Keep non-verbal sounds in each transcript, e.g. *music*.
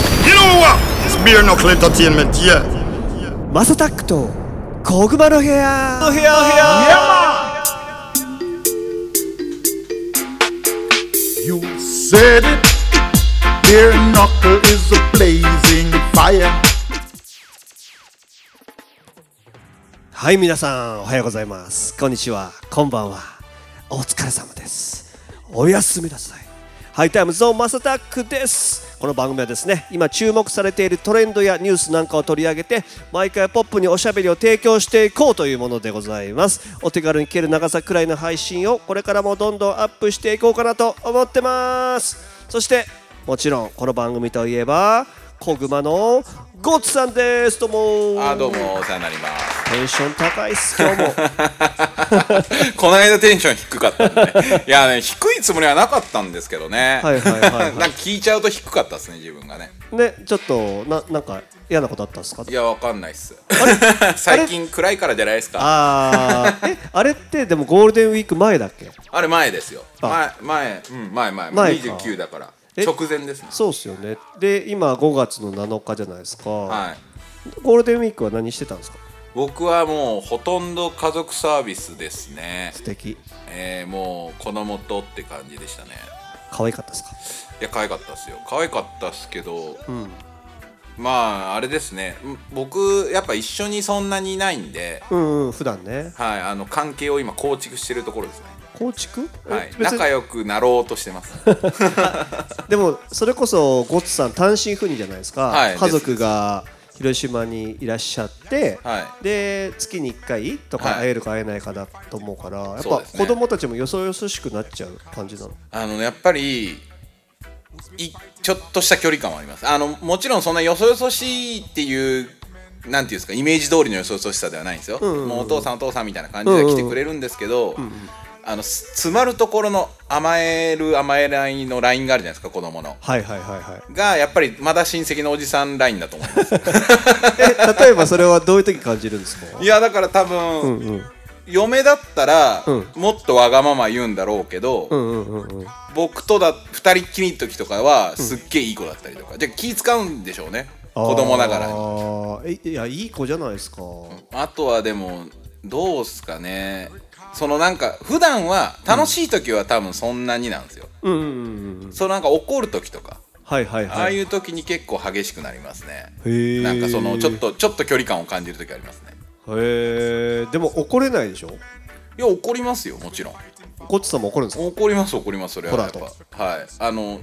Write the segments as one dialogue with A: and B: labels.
A: は It's beer no c l e entertainment, yeah
B: マサタックと小熊の部屋の部屋の部屋
C: You said it. Beer knuckle is a blazing fire.
B: はい皆さんおはようございますこんにちはこんばんはお疲れ様ですおやすみなさいハイタイムズのマサタックですこの番組はですね今注目されているトレンドやニュースなんかを取り上げて毎回ポップにおしゃべりを提供していこうというものでございますお手軽に聞ける長さくらいの配信をこれからもどんどんアップしていこうかなと思ってますそしてもちろんこの番組といえば小熊のゴッツさんですどうも
D: あーどうもお世話になります。
B: テンション高いっす今日も
D: *laughs* この間テンション低かったんで、ね、いやね低いつもりはなかったんですけどね。
B: はいはいはいはい
D: なんか聞いちゃうと低かったですね自分がね。
B: ねちょっとななんか嫌なことあったんですか
D: いやわかんないっす。 *laughs* 最近暗いからじゃないですか。あ
B: あーえあれってでもゴールデンウィーク前だっけ
D: れ前ですよ。
B: あ
D: 前前うん前前
B: 前
D: 二
B: か
D: 十九だから
B: え
D: 直前ですね。
B: そうっすよねで今5月の7日じゃないですか、
D: はい。
B: ゴールデンウィークは何してたんですか
D: 僕はもうほとんど家族サービスですね。
B: 素敵
D: えー、もう子供とって感じでしたね。
B: 可愛かったですか
D: いや可愛かったっすよ。可愛かったっすけど、
B: うん
D: まああれですねん僕やっぱ一緒にそんなにいないんで、
B: うんうん普段ね
D: はい、あの関係を今構築してるところですね、
B: 構築、
D: はい
B: え、別に
D: 仲良くなろうとして
B: *laughs*
D: ます
B: でもそれこそゴッツさん単身赴任じゃないですか、
D: はい
B: 家族が広島にいらっしゃって、
D: はい
B: で月に1回とか
D: はい
B: 会えるか会えないかだと思うから、やっぱ
D: そうですね
B: 子供たちもよそよそしくなっちゃう感じなの
D: あのやっぱりいちょっとした距離感はありますあのもちろんそんなよそよそしいっていうなんていうんですかイメージ通りのよそよそしさではないんですよ、
B: んうん
D: もうお父さんお父さんみたいな感じで来てくれるんですけど、あのす詰まるところの甘える甘えないのラインがあるじゃないですか子供の
B: はいはいはいはい
D: がやっぱりまだ親戚のおじさんラインだと思いま
B: *laughs*
D: す
B: え例えばそれはどういう時感じるんですか
D: いやだから多
B: う
D: 分、
B: んうん
D: 嫁だったら、
B: うん
D: もっとわがまま言うんだろうけど、
B: うんうんうんうん
D: 僕とだ二人っきりの時とかはすっげえいい子だったりとか、じゃあ気使うんでしょうね子供ながら
B: あ
D: に
B: ーえいやいい子じゃないですか、
D: あとはでもどうすかねそのなんか普段は楽しい時は多分そんなになんですよ、
B: うんうんうんうん
D: そのなんか怒る時とか、
B: はいはいはい
D: ああいう時に結構激しくなりますね
B: へー
D: なんかそのちょっとちょっと距離感を感じる時ありますね
B: へえでも怒れないでしょ
D: いや怒りますよもちろん
B: ゴッツさんも怒るんですか
D: 怒ります怒りますそれは
B: ほら
D: やっぱはいあの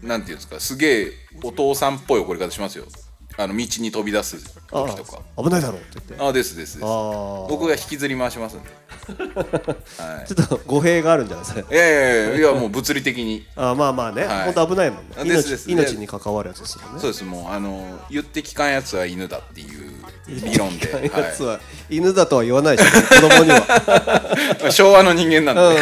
D: なんていうんですかすげえお父さんっぽい怒り方しますよあの道に飛び出す時とか
B: あ危ないだろうって言って
D: あですですです
B: あ
D: 僕が引きずり回
B: *laughs*
D: しますんで、は
B: ちょっと語弊があるんじゃないですか
D: い、いやいやいやいやもう物理的に
B: *laughs* あまあまあね、
D: はい
B: 本当危ないもんね
D: あですで
B: 命
D: すね
B: 命に関わるやつですよね
D: そうですもうあの言って聞かんやつは犬だっていう理論
B: *laughs*
D: で、
B: いやつ
D: は
B: は犬だとは言わないし、ね、子供には、
D: い、昭和の人間なんで、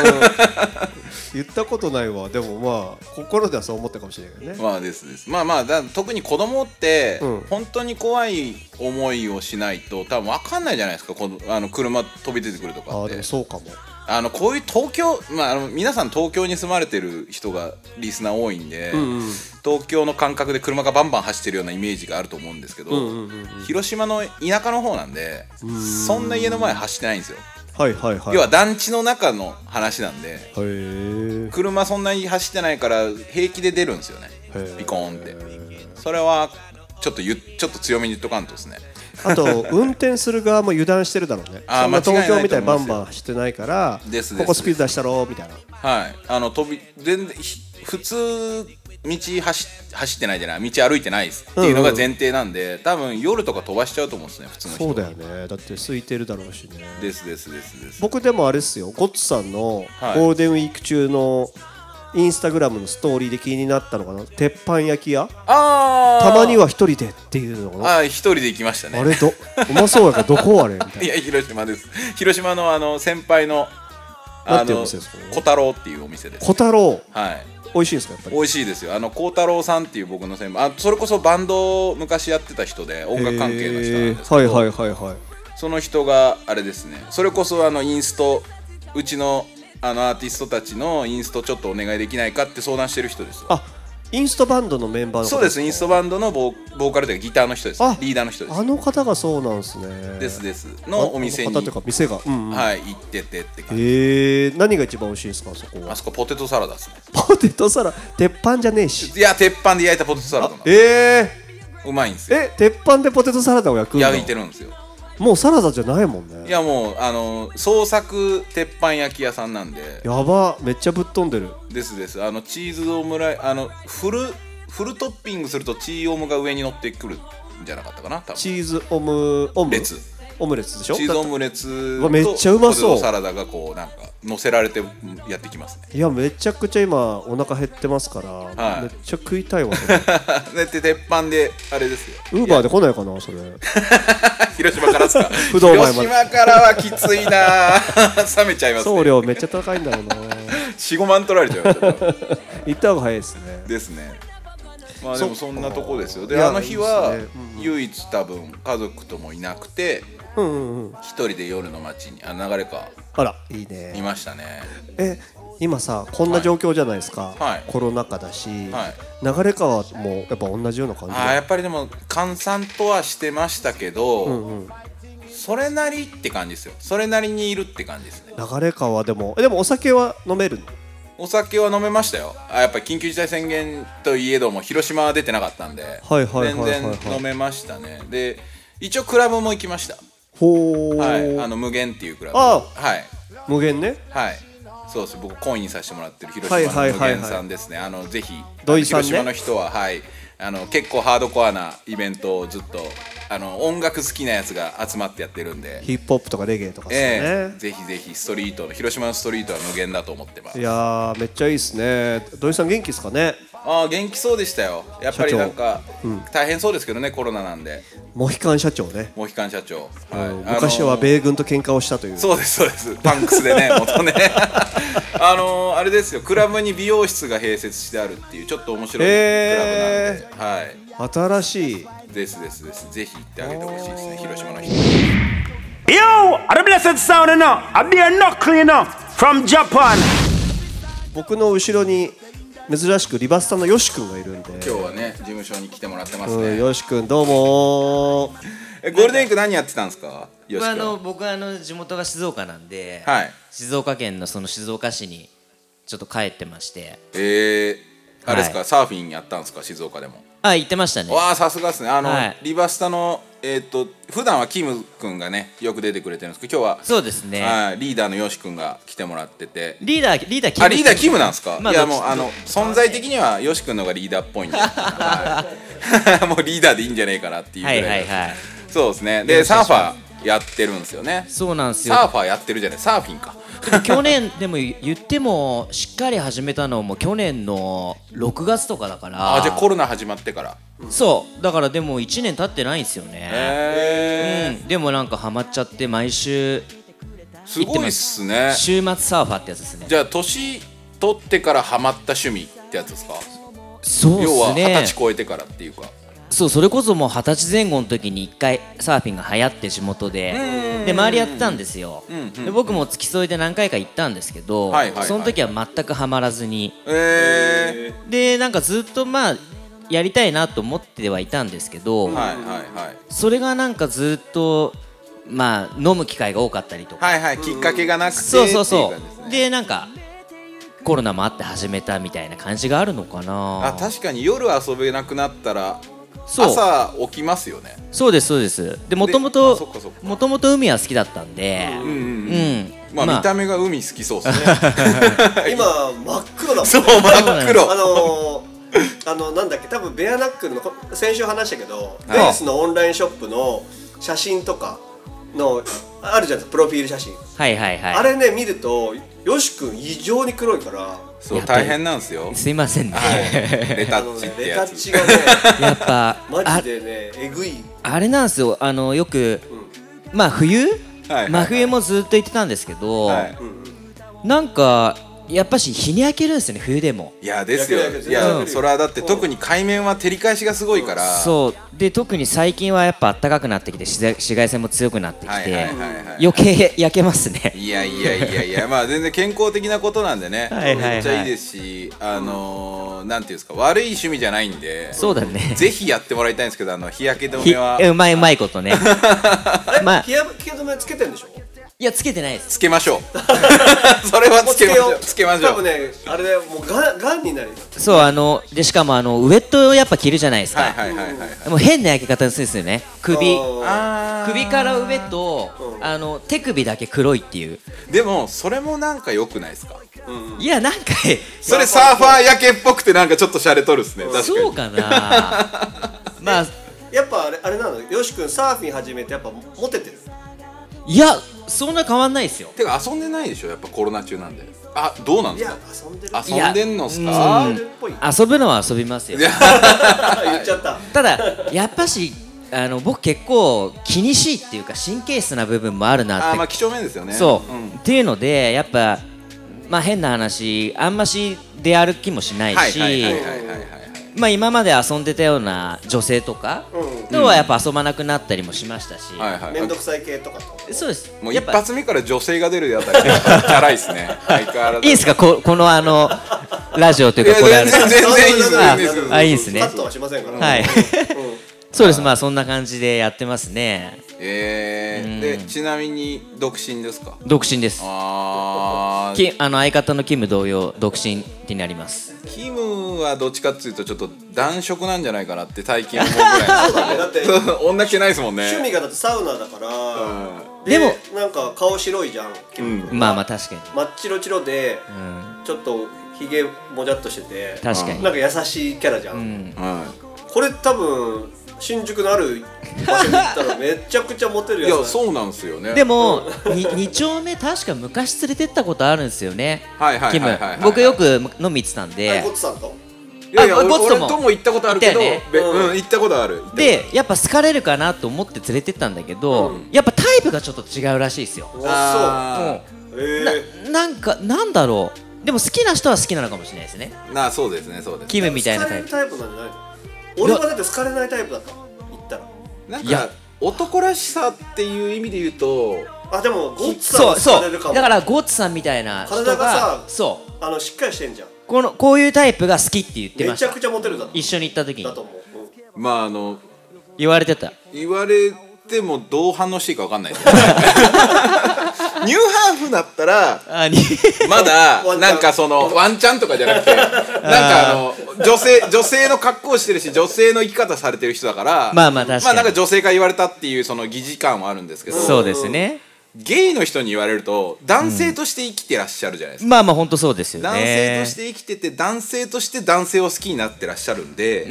B: 言ったことないわでもまあ心ではそう思ったかもしれないけどね、
D: まあですですまあまあだ特に子供って
B: うん
D: 本当に怖い思いをしないと多分分かんないじゃないですかこのあの車飛び出てくると
B: あ
D: か
B: あ
D: っ
B: で
D: て
B: もそうかも
D: あのこういう東京、まあ、あの皆さん東京に住まれてる人がリスナー多いんで、
B: んうん
D: 東京の感覚で車がバンバン走ってるようなイメージがあると思うんですけど、
B: うんうんうん
D: 広島の田舎の方なんでそんな家の前走ってないんですよ、
B: はいはいはい
D: 要は団地の中の話なんで
B: へえ
D: 車そんなに走ってないから平気で出るんですよね
B: へえ
D: ピコーンってそれはちょっとゆちょっと強めに言っとかんとですね
B: あと運転する側も油断してるだろうね
D: *laughs* あー
B: そんな東京みたいにバ
D: 間違いない
B: ン
D: と思いますよ
B: バン走ってないから
D: ですです
B: ここスピード出したろみたいな
D: はい、あの飛び全然ひ普通道走走ってないじゃない道歩いてないですっていうのが前提なんで、多分夜とか飛ばしちゃうと思うんですね普通の人
B: そうだよねだって空いてるだろうしね
D: ですですですです
B: 僕でもあれっすよゴッツさんの
D: はい
B: ゴールデンウィーク中のインスタグラムのストーリーで気になったのかな鉄板焼き屋
D: ああ
B: たまには一人でっていうのかなあ
D: あー一人で行きましたね
B: れどうまそうやからどこあれみた
D: *laughs* い
B: い
D: や広島です広島のあの先輩の
B: な
D: あ
B: んていうお
D: の
B: 店ですか
D: 小太郎っていうお店で
B: な
D: す
B: 小太郎
D: はい
B: 美味しいんですかやっぱり
D: 美味しいですよあの孝太郎さんっていう僕の先輩あそれこそバンドを昔やってた人で音楽関係の人なんですけど、
B: へーはいはいはいはい
D: その人があれですねそれこそあのインストうちのあのアーティストたちのインストちょっとお願いできないかって相談してる人ですよ
B: あインストバンドのメンバーの方
D: そうですインス
B: ト
D: トバンドのボーボーカルというかギターの人です
B: あ
D: リーダーの人です
B: あの方がそうなんですね
D: ですです
B: あ
D: のお店
B: あ
D: に
B: の方というか店が、うんうん
D: はい行っててって感じ
B: えー、何が一番美味しいんですかそこ
D: あ
B: は
D: そこポテトサラダですね
B: ポテトサラ鉄板じゃねえし
D: いや鉄板で焼いたポテトサラダなの
B: え
D: うまいんです
B: ー、
D: よ
B: え鉄板でポテトサラダを焼くんだ
D: 焼いてるんですよ
B: もうサラダじゃないもんね
D: いやもうあの創作鉄板焼き屋さんなんで
B: やばめっちゃぶっ飛んでる
D: ですですあのチーズオムライあのフルフルトッピングするとチーオムが上に乗ってくるんじゃなかったかな多分チ
B: チーズオムオム
D: レツ
B: オムレツでしょ
D: ーズオムレツ
B: うわめっちゃうまそう
D: とポテトサラダがこうなんか乗せられてやってきますね *laughs*
B: いやめちゃくちゃ今お腹減ってますから、
D: い
B: めっちゃ食いたいわ
D: でて鉄板であれですよ *laughs*
B: ウーバーで来ないかなそれ
D: 広島からっすか
B: *laughs* 不動前まで
D: 広島からはきついなぁ *laughs* 冷めちゃいますね
B: 送料めっちゃ高いんだろうな
D: 45万取られちゃいました多分
B: 行った方が早いですね
D: ですねまあでもそんなとこですよ
B: い
D: で
B: や
D: あの日はい
B: いですねうん
D: 唯一多分家族ともいなくて
B: うんうんうん
D: 一人で夜の街にあ流れか
B: あらいい
D: い
B: ね
D: ましたね
B: え今さこんな状況じゃないですか、
D: はいはい
B: コロナ禍だし、
D: はい
B: 流れ川もやっぱ同じような感じ
D: あーやっぱりでも閑散とはしてましたけど、それなりって感じですよそれなりにいるって感じですね
B: 流れ川でもえでもお酒は飲めるの
D: お酒は飲めましたよあやっぱり緊急事態宣言といえども広島は出てなかったんで、
B: はいはいはいはいはい
D: 全然飲めましたねで一応クラブも行きました
B: ほー、
D: はいあの無限っていうクラブ
B: あ
D: はい
B: 無限ね
D: はいそうです僕コインさせてもらってる広島
B: はい
D: の
B: はい
D: 無
B: はいはい
D: 限さんですね、あのぜひ
B: 土井さんね
D: 広島の人ははいあの結構ハードコアなイベントをずっとあの音楽好きなやつが集まってやってるんで、
B: ヒップホップとかレゲエとかですよね、
D: ええぜひぜひストリートの広島のストリートは無限だと思ってます
B: いやーめっちゃいいですね土井さん元気ですかね
D: ああ元気そうでしたよやっぱりなんか、大変そうですけどねコロナなんで
B: モヒカン社長ね、
D: モヒカン社長、
B: う
D: はい
B: ん昔は
D: あの
B: 米軍と喧嘩をしたという
D: そうですそうですパンクスで
B: *laughs*
D: ね元ね *laughs* あのーあれですよクラブに美容室が併設してあるっていうちょっと面白い
B: へー
D: クラブなんで、
B: 新しい
D: はいですですですぜひ行ってあげてほしいですね広島の人
E: Yo, are the blessed sound enough? I be a knuckle enough from Japan.
B: 僕の後ろに珍しくリバスタのヨシ君がいるんで
D: 今日はね事務所に来てもらってます
B: うん、
D: ね、
B: よし君どうも
D: えゴールデンウィーク何やってたんですかよし君
F: 僕はあの僕はあの地元が静岡なんで、
D: はい
F: 静岡県のその静岡市にちょっと帰ってまして
D: えー、あれですか、
F: は
D: サーフィンやったんですか静岡でも
F: あ行ってましたね
D: わあさすがですねあの、
F: はい
D: リバスタのえっ、と普段はキム君がねよく出てくれてるんですけど今日は
F: そうですね
D: はいリーダーのヨシ君が来てもらってて
F: リーダーリーダーキム
D: あリーダーキムなんですか、
F: まあ
D: いや
F: どっ
D: も
F: ち
D: うあの存在的にはヨシ君の方がリーダーっぽいん
F: *laughs*
D: で、はい *laughs* もうリーダーでいいんじゃねえかなっていうぐ
F: は
D: ら
F: い
D: い、
F: はいはい
D: そうですねでサーファーやってるんですよね
F: そうなんですよ
D: サーファーやってるじゃないサーフィンか
F: 去年でも言ってもしっかり始めたのも去年の6月とかだから
D: あじゃあコロナ始まってから
F: そうだからでも1年経ってないんですよね、
D: へえ
F: うん、でもなんかハマっちゃって毎週
D: すごいっすね
F: 週末サーファーってやつですね
D: じゃあ年取ってからハマった趣味ってやつですか
F: そう
D: 要は
F: っす
D: 二
F: ね
D: 十歳超えてからっていうか
F: そうそれこそもう二十歳前後の時に一回サーフィンが流行って地元でで周りやってたんですよ、で僕も付き添いで何回か行ったんですけど、
D: はいはいはい
F: その時は全くハマらずに
D: ええ
F: でなんかずっとまあやりたいなと思ってはいたんですけど、
D: はいはいはい
F: それがなんかずっとまあ飲む機会が多かったりとか、
D: はいはいきっかけがなくて
F: そうそうそう
D: ってい感じですね
F: でなんかコロナもあって始めたみたいな感じがあるのかな
D: あ確かに夜遊べなくなったら
F: そう
D: 朝起きますよね
F: そうですそうですでもとも
D: あそっ
F: と
D: かそっか
F: もともと海は好きだったんでうん
D: まあ、見た目が海好きそうです
F: *laughs*
D: ね
B: 今真っ黒だもん
D: そう
F: なん
D: 真
F: で
D: っ
F: す
D: 黒
B: あのー、あのなんだっけ多分ベアナックルのこ先週話したけど、ベースのオンラインショップの写真とかのあるじゃないですかプロフィール写真、
F: はいはいはい
B: あれね見るとよし君異常に黒いから
D: そう
F: やっぱり
D: 大変なんですよ
F: すいませんね
D: レ
B: あ
D: タ
B: の
D: ッチ
B: ね
D: って
B: レタ
D: や
B: ッ
D: つ
B: チがね
F: *laughs* やっ
D: *laughs*
F: ぱ
B: マ
F: あ
B: ジでねえぐい
F: あれなんですよあのよくまあ
D: は
F: 冬
D: いはい
F: 真冬もずっと行ってたんですけど
D: はい
F: なんかやっぱし日に焼けるんですよね冬でも
D: いやですよいやそれはだって特に海面は照り返しがすごいから
F: そうで特に最近はやっぱ暖かくなってきて紫外紫外線も強くなってき
D: はいはい
F: て
D: はいはい
F: 余計焼けますね
D: いやいやいやい
F: *laughs*
D: やまあ全然健康的なことなんでね
F: はいはいはい
D: めっちゃいいですしあのー、なんていうんですか悪い趣味じゃないんで
F: そうだね
D: ぜひやってもらいたいんですけどあの日焼け止
F: ひ
D: めは
F: うまいうまいことね
D: *laughs*
F: まあ
B: 日焼け止めつけてんでしょ
F: いやつけてないです
D: つけましょう *laughs* それはつけましょうつけましょ
B: 多
D: う、
B: 分ねあれもうがんがんになるよ
F: そうあのでしかもあのウエットをやっぱ着るじゃないですか、
D: はいはいはいはい
F: もう変な焼け方するんですよね首
B: あ
D: あ
F: 首から上とあの手首だけ黒いっていう
D: ーでもそれもなんか良くないですか
F: いやなんか
D: それサーファー焼けっぽくてなんかちょっとシャレとるっすね確かに
F: そうかな *laughs* まあ
B: ーやっぱあれあれなのよし君サーフィン始めてやっぱモテてる
F: いやそんな変わんないですよ
D: てか遊んでないでしょやっぱコロナ中なんであどうなん
B: い
D: です
B: や
D: か
B: 遊んでる
D: あ遊んでんのっす
F: いや
D: か
B: 遊んでるっぽい
F: 遊ぶのは遊びますよ
D: いや
B: *laughs* 言っちゃった
F: ただやっぱしあの僕結構気にしいっていうか神経質な部分もあるなっ
D: あー
F: て
D: まあ几帳面ですよね
F: そう、
D: ん
F: っていうのでやっぱまあ変な話あんまし出歩きもしないし
D: はいはいはいはいはいはい
F: まあ今まで遊んでたような女性とかとはやっぱ遊ばなくなったりもしましたし、
D: はいはい
B: めんどくさい系とかと
F: そうです
D: もう
F: や
D: 一
F: っぱ
D: 発目から女性が出るあたり
F: *laughs*
D: がチャラいっすね相変わらず
F: いいですかここのあのラジオとい
D: いう
F: か
D: や
F: これあ
D: 全
F: る
D: 然全然いいっす全
F: あ
D: 然いいっす
F: あいいですね
B: カットはしませんから
F: はい *laughs* そうですまあそんな感じでやってますね
D: えー、でちなみに独身ですか
F: 独身です
D: あー
F: きあの相方のキム同様独身になります
D: キムはどっちかっていうとちょっと男色なんじゃないかなって最近思うぐらい
B: だって
D: そう *laughs* 女気ないですもんね
B: 趣味がだってサウナだから、
F: でも
B: なんか顔白いじゃん、
F: まあまあ確かに
B: 真っ白白で、ちょっとひげもじゃっとしてて
F: 確かに
B: なんか優しいキャラじゃん、
D: は
B: これ多分新宿のある場所に行った
F: *laughs*
B: らめちゃくちゃモテるや
D: い、
B: つ
D: い
B: だ
D: やそうなんですよね
F: でもに *laughs* 二丁目確か昔連れてったことあるんですよね
D: はいはい
F: キム
D: はいはいはい
F: 僕よく飲み行ってたん
B: あれ
F: で
B: ゴッツさんと
D: いやいや
F: あ
D: 俺
F: ゴッツとも
D: 俺とも行ったことあるけど
F: 行
D: べうん行ったことある行ったことある
F: でやっぱ好かれるかなと思って連れてったんだけど、やっぱタイプがちょっと違うらしいですよ
B: あ
D: あ
B: そうえ
F: な
B: ー、
F: なんかなんだろうでも好きな人は好きなのかもしれないですね
D: ーなあそうですねそうです
F: キムみたいな
B: 好か
F: タ
B: れ
F: イ
B: る
F: プ
B: タイプなんじゃないの俺はだって好かれないタイプだった行ったら
D: なん
F: いや
D: か男らしさっていう意味で言うと
B: あでもゴッツさん
F: そ
B: は好
F: う
B: か
F: そ
B: れるかも
F: うだからゴッツさんみたいな人
B: 体がさ
F: がそう
B: あのしっかりしてんじゃん
F: このこういうタイプが好きって言ってま
B: め
F: し
B: ちゃ
F: た
B: くちゃモテるだ
F: 一緒に行った時に
B: だと思う、うん
D: まああの
F: 言われてた
D: 言われてもどう反応していいか分かんないですね
F: *laughs*
D: ニューハーフだったら
F: あに
D: まだ
B: ワンチャン
D: なんかそのワンチャンとかじゃな *laughs* くてなんかあの女性女性の格好をしてるし女性の生き方されてる人だから
F: まあまあ確かに
D: まあなんか女性から言われたっていうその疑似感はあるんですけど
F: *laughs* そうですね
D: ゲイの人に言われると男性として生きてらっしゃるじゃないですか、
F: まあまあ本当そうですよね
D: 男性として生きてて男性として男性を好きになってらっしゃるんで、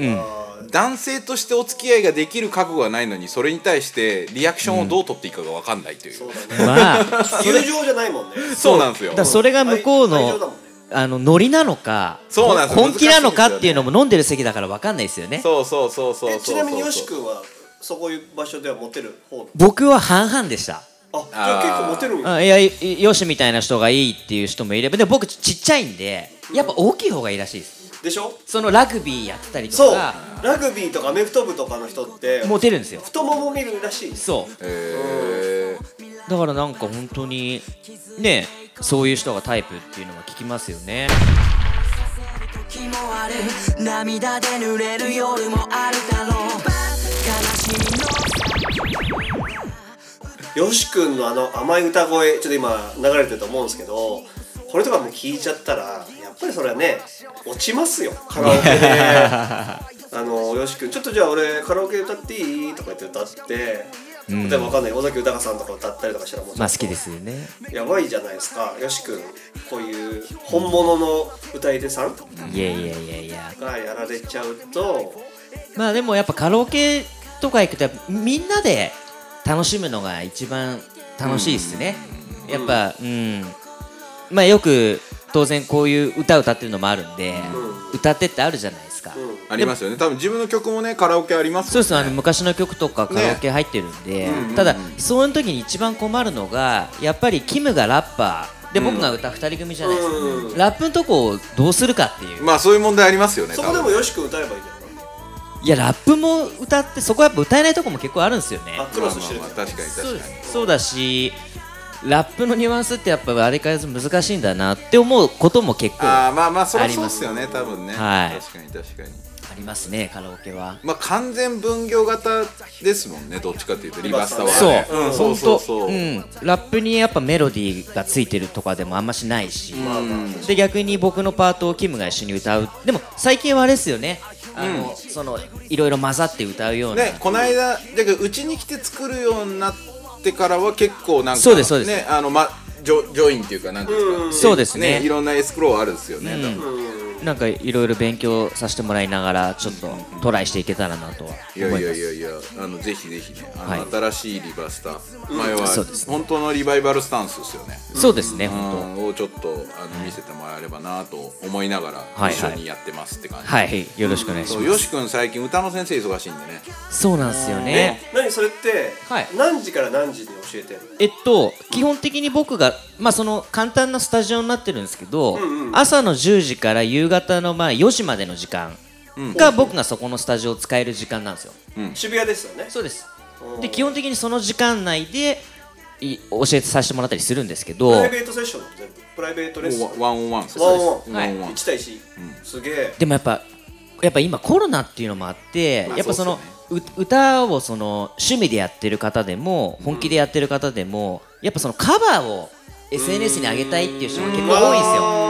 D: 男性としてお付き合いができる覚悟がないのにそれに対してリアクションをどう取っていいかが分かんないという、
F: まあだか
B: 友情じゃないもんね
D: そうなんですよ
F: らそれが向こう
B: 愛愛情だ
F: の
B: もんね
F: あのノリなのか
D: そうなんですよ
F: 本気なのか
D: 難しいんですよね
F: っていうのも飲んでる席だから分かんないですよね
D: そうそうそうそうそう
B: えちなみによし
D: ん
B: 君はそこいう場所ではモテる方
F: 僕は半々でした
B: あじゃあ結構モテるんや
F: あいやいよしみたいな人がいいっていう人もいればでも僕ちちっちゃいんでやっぱ大きい方がいいらしいです
B: でしょ
F: そのラグビーやったりと
B: そう
F: か
B: ラグビーとかアメフト部とかの人って
F: モテるんですよ
B: 太もも見るらしいです
F: そう
D: え
F: だからなんか本当にねそういう人がタイプっていうのは聞きますよね
G: 時もある涙で濡れる夜もあるだろう悲しみの
B: よし君のあの甘い歌声ちょっと今流れてると思うんですけどこれとかも聞いちゃったらやっぱりそれはね落ちますよカラオケで
D: *laughs*
B: あのよし君ちょっとじゃあ俺カラオケ歌っていいとか言って歌って、例えばわかんない尾崎豊さんとか歌ったりとかしたらもう
F: まあ好きですよね
B: やばいじゃないですかよし君こういう本物の歌い手さん
F: いやいやいやいや
B: がやられちゃうと
F: まあでもやっぱカラオケとか行くとみんなで楽しむのが一番楽しいっすね、やっぱうんまあよく当然こういう歌歌ってるのもあるんで、歌ってってあるじゃないですか、
D: ー、ありますよね多分自分の曲もねカラオケあります
F: そ
D: も
F: う
D: ん
F: ですあの昔の曲とかカラオケ入ってるんで、ただ、その時に一番困るのがやっぱりキムがラッパーで僕が歌2人組じゃないですか、ラップのとこをどうするかっていう
D: まあそういう問題ありますよね
B: そこで
D: 多
B: も
D: 分
B: よし君歌えばいいんじゃない
F: いやラップも歌ってそこはやっぱ歌えないとこも結構あるんですよね
B: あクロスしてる
D: まあまあまあ確かに
F: そ
D: 確
F: う
D: かに
F: そうだしラップのニュアンスってやっぱあれからず難しいんだなって思うことも結構
D: あ
F: あ
D: あまあまあそりゃそうっすよね多分ね、
F: はい
D: 確かに確かに
F: りますねカラオケは
D: まあ完全分業型ですもんねどっちかっていうとリバスターは
F: そう、
D: ね
F: ほん
D: ん
F: と、
D: そうそうそう、
F: ん、ラップにやっぱメロディーがついてるとかでもあんましないし、で逆に僕のパートをキムが一緒に歌うでも最近はあれですよねあの、そのいろいろ混ざって歌うような、
D: ねこの間だけどうちに来て作るようになってからは結構なんか
F: そうですそうです
D: ねあのまジョジョインっていうかなんていうんですか
F: そうですね
D: いろんなエスクローあるんですよね、多分
F: なんかいろいろ勉強させてもらいながらちょっとトライしていけたらなとはい思い
D: や
F: ま
D: い
F: す
D: やいやいやあのぜひぜひねあの、
F: はい
D: 新しいリバースター、まあ要は
F: そうです
D: 本当のリバイバルスタンスですよね、
F: そうですね
D: う
F: 本
D: んをちょっとあの見せてもらえればなと思いながら
F: はい
D: 一緒にやってますって感じ、
F: 当はいよろしくお願いし
D: そう
F: ま
D: よし君最近歌の先生忙しいんでね
F: すそうなんですよね
B: 何それって、
F: はい
B: 何時から何時に教えてるの
F: えっと基本的に僕がまあその簡単なスタジオになってるんですけど、朝の10時から夕方のまあ4時までの時間が僕がそこのスタジオを使える時間なんですよ、
B: 渋谷ですよね
F: そうです
B: うん
F: で基本的にその時間内でい教えさせてもらったりするんですけど
B: プライベートセッション全部プライベートレッスン
D: もうワンオンワンです
B: ワンオン
D: ワンオンワン
B: 1対1、すげえ
F: でもやっぱやっぱ今コロナっていうのもあって、
D: まあ
F: やっぱその
D: そう
F: う歌をその趣味でやってる方でも本気でやってる方でも、やっぱそのカバーを SNS に上げたいっていう人が結構多いんですよ。
B: よ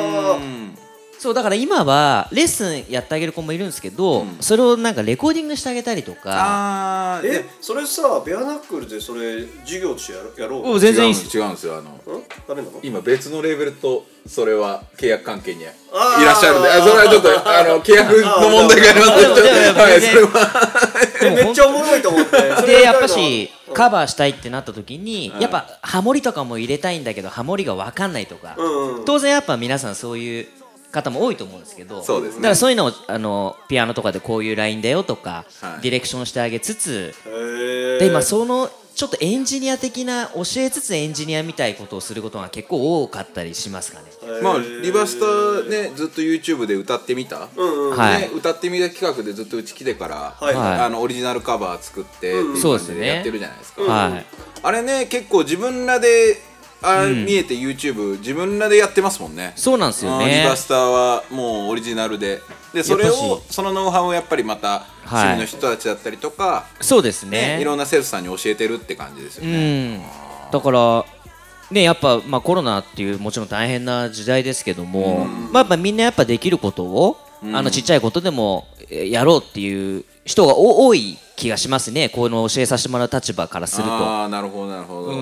F: そうだから今はレッスンやってあげる子もいるんですけど、それをなんかレコーディングしてあげたりとか
D: あー
B: えそれさベアナックルでそれ授業としてやろやろう
F: お全然いいっす
D: 違うんですよあの
B: んダメなの
D: 今別のレーベルとそれは契約関係にいらっ
B: あー
D: しゃるんであそれはちょっとあの契約の問題がありますので
F: でもでも
D: はい
F: 全然
D: それは
F: でも
B: *laughs* め
D: *laughs*
B: っちゃおもろいと思ってそれ
F: で
B: や
F: や
B: り
F: った
B: いな
F: ぱしカバーしたいってなった時に、やっぱハモリとかも入れたいんだけどハモリが分かんないとか、
B: うんうん
F: 当然やっぱ皆さんそういう方も多いと思うんですけど
D: そうですね
F: だからそういうのをあのピアノとかでこういうラインだよとか、
D: はい
F: ディレクションしてあげつつ
B: へー
F: で今そのちょっとエンジニア的な教えつつエンジニアみたいことをすることが結構多かったりしますかね。
D: まあリバースターねずっと YouTube で歌ってみた、
B: うん
F: *laughs*
B: うん
F: はい
D: ね、歌ってみた企画でずっとうち来てから、
B: はい
F: はい
D: あのオリジナルカバー作ってっていう
F: そう
D: 感
F: です
D: じで
F: ね
D: やってるじゃないですか、
F: はい
D: あれね結構自分らであ、見えて YouTube 自分らでやってますもんね
F: そうなんですよ
D: うんリ
F: ね
D: バ。スターはもうオリジナルででそれ
F: やっぱ
D: をそのノウハウをやっぱりまた
F: はい
D: 趣味の人たちだったりとか、
F: そうです
D: ね
F: ね。
D: いろんな生徒さんに教えてるって感じですよ
F: う
D: ね、
F: ん。だからねやっぱまあコロナっていうもちろん大変な時代ですけども、まあやっぱみんなやっぱできることを、あのちっちゃいことでもえやろうっていう人がお多い気がしますね。この教えさせてもらう立場からすると。
D: ああなるほどなるほど、
F: う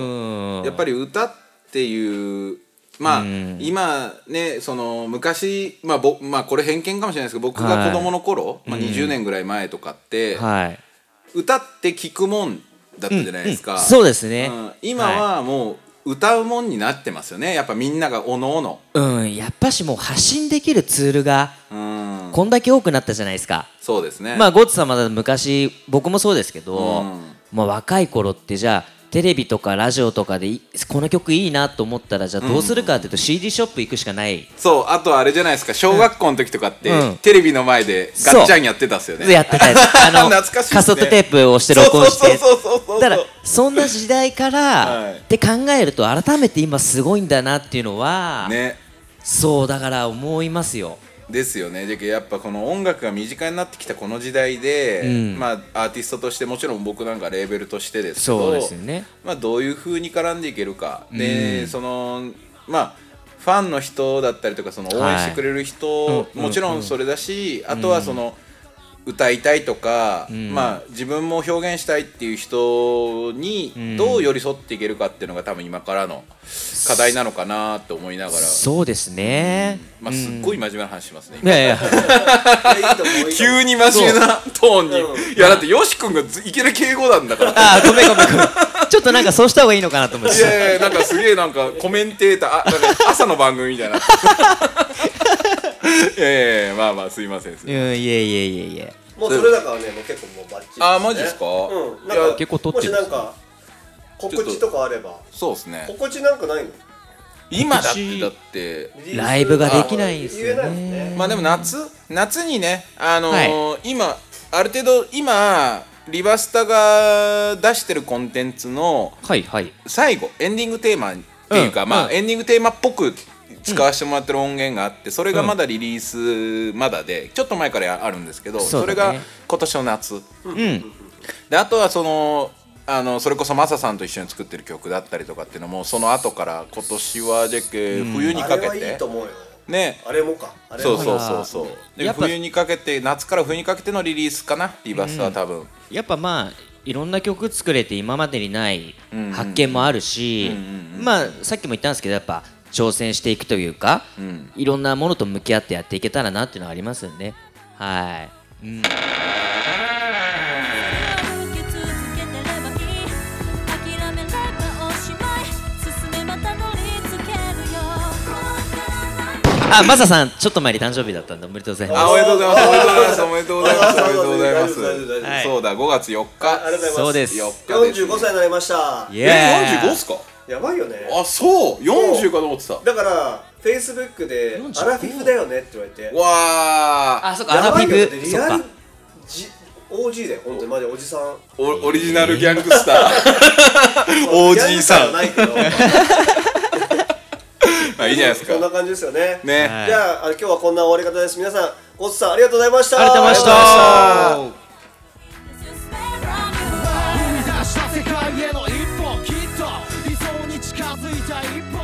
F: ん
D: やっぱり歌っていうまあ、今ねその昔、まあ、ぼまあこれ偏見かもしれないですけど僕
F: は
D: が
F: い
D: 子供の頃、まあ、20年ぐらい前とかって、
F: はい。
D: 歌って聞くもんだったじゃないですか、
F: うんそうですね
D: うん今はもう歌うもんになってますよねやっぱみんながおのおの
F: うんやっぱしもう発信できるツールが
D: うん
F: こんだけ多くなったじゃないですか。
D: そうですね
F: まあゴッツ様だと昔僕もそうですけど、
D: うん
F: まあ、若い頃ってじゃあテレビとかラジオとかでいこの曲いいなと思ったらじゃあどうするかっていうと CD ショップ行くしかない、
D: そうあとあれじゃないですか小学校の時とかって、
F: うん
D: テレビの前でガッチャンやってたっすよね
F: やってたやつあの
D: *laughs* 懐かしいっすね
F: カセットテープを押して録音して
D: そうそうそうそうそうそう
F: だからそんな時代から、
D: はい
F: って考えると改めて今すごいんだなっていうのは、
D: ね
F: そうだから思いますよ
D: ですよねじゃけやっぱこの音楽が身近になってきたこの時代で、
F: うん
D: まあアーティストとしてもちろん僕なんかレーベルとしてですけど
F: そうですよね
D: まあ、どういう風に絡んでいけるか、でそのまあファンの人だったりとかその応援してくれる人、もちろんそれだし、あとはその、歌いたいとか、まあ、自分も表現したいっていう人にどう寄り添っていけるかっていうのが多分今からの課題なのかなと思いながら、
F: そうですね、
D: まあ、すっごい真面目な話しますね、今
F: いやいや
B: いやいいと思ういいと思う
D: 急に真面目なトーンに、
B: う
D: いやだってよし君がずいきなり敬語なんだから
F: あごめんごめんごめんちょっとなんかそうした方がいいのかなと思って
D: *laughs* いやいやなんかすげえなんかコメンテーターあなんか朝の番組 *laughs* みたいないやいやいやまあまあすいませんすいません
F: うんいえいえいえいえ
B: もうそれだからねもう結構もうバッチリですね
D: あーマジっすか
B: うんないん
D: や
B: か
F: 結構撮ってる
B: もしなんか告知とかあれば
D: そうですね
B: 告知なんかないの
D: 今だってだって
F: ライブができないんですよね
D: まあでも夏夏にねあのー今ある程度今リバスタが出してるコンテンツの
F: はいはい
D: 最後エンディングテーマっていうか、
F: うん
D: まあ、
F: うん
D: エンディングテーマっぽく使わせてもらってる音源があってそれがまだリリースまだでちょっと前からあるんですけど
F: そう
D: そ
F: だね
D: れが今年の夏
F: うん
D: であとはそのあのそれこそマサさんと一緒に作ってる曲だったりとかっていうのもその後から今年はでっけ冬にか
B: あ
D: け
B: れはい
D: て
B: いと思うよ
D: ね
B: あれもかあれ
D: そ
B: う
D: うそうそうそうで
F: やっぱ
D: 冬にかけて夏から冬にかけてのリリースかなリバースは多分、
F: やっぱまあいろんな曲作れて今までにない
D: うんうん
F: 発見もあるし、
D: うんうんうん
F: まあさっきも言ったんですけどやっぱ挑戦していくというか、
D: うん
F: いろんなものと向き合ってやっていけたらなっていうのはありますよねはい、うん、
H: 受け続けてればいい諦めればおしまい進めまた乗りつけるよ
F: あマサさんちょっと前に誕生日だったんでおめでとうございます
D: あおめでとうございますおめでとうございますおめでとうございますおめ
B: 大
D: でとう
B: 丈夫大丈夫大丈夫
D: ございますそうだ5月4日
B: ありがとうございます
F: そうです
D: 4日です、
B: 45歳になりました
F: イ
D: え
F: エーイ
D: 45っすか
B: やばいよね
D: あそう40かと思ってた
B: だからフェイスブックで「アラフィフだよね」って言われて
D: わー
F: あそっか
B: や
F: アラ
B: ば
F: フィ
B: いよね
F: フ
B: リ
F: そっ
B: ア
F: か
B: ルじ OG だよ本当にマジおじさん
D: おオリジナルギャングスター OG さん
B: ギャング感はないけど
D: まあいいじゃないです
B: *laughs* そんな
D: か
B: 感じですよね
D: ね、
F: はい
B: じゃああの今日はこんな終わり方です皆さんゴッツさんありがとうございました
F: ありがとうございました
G: 生み出した世界への一歩きっと理想に近づいた一歩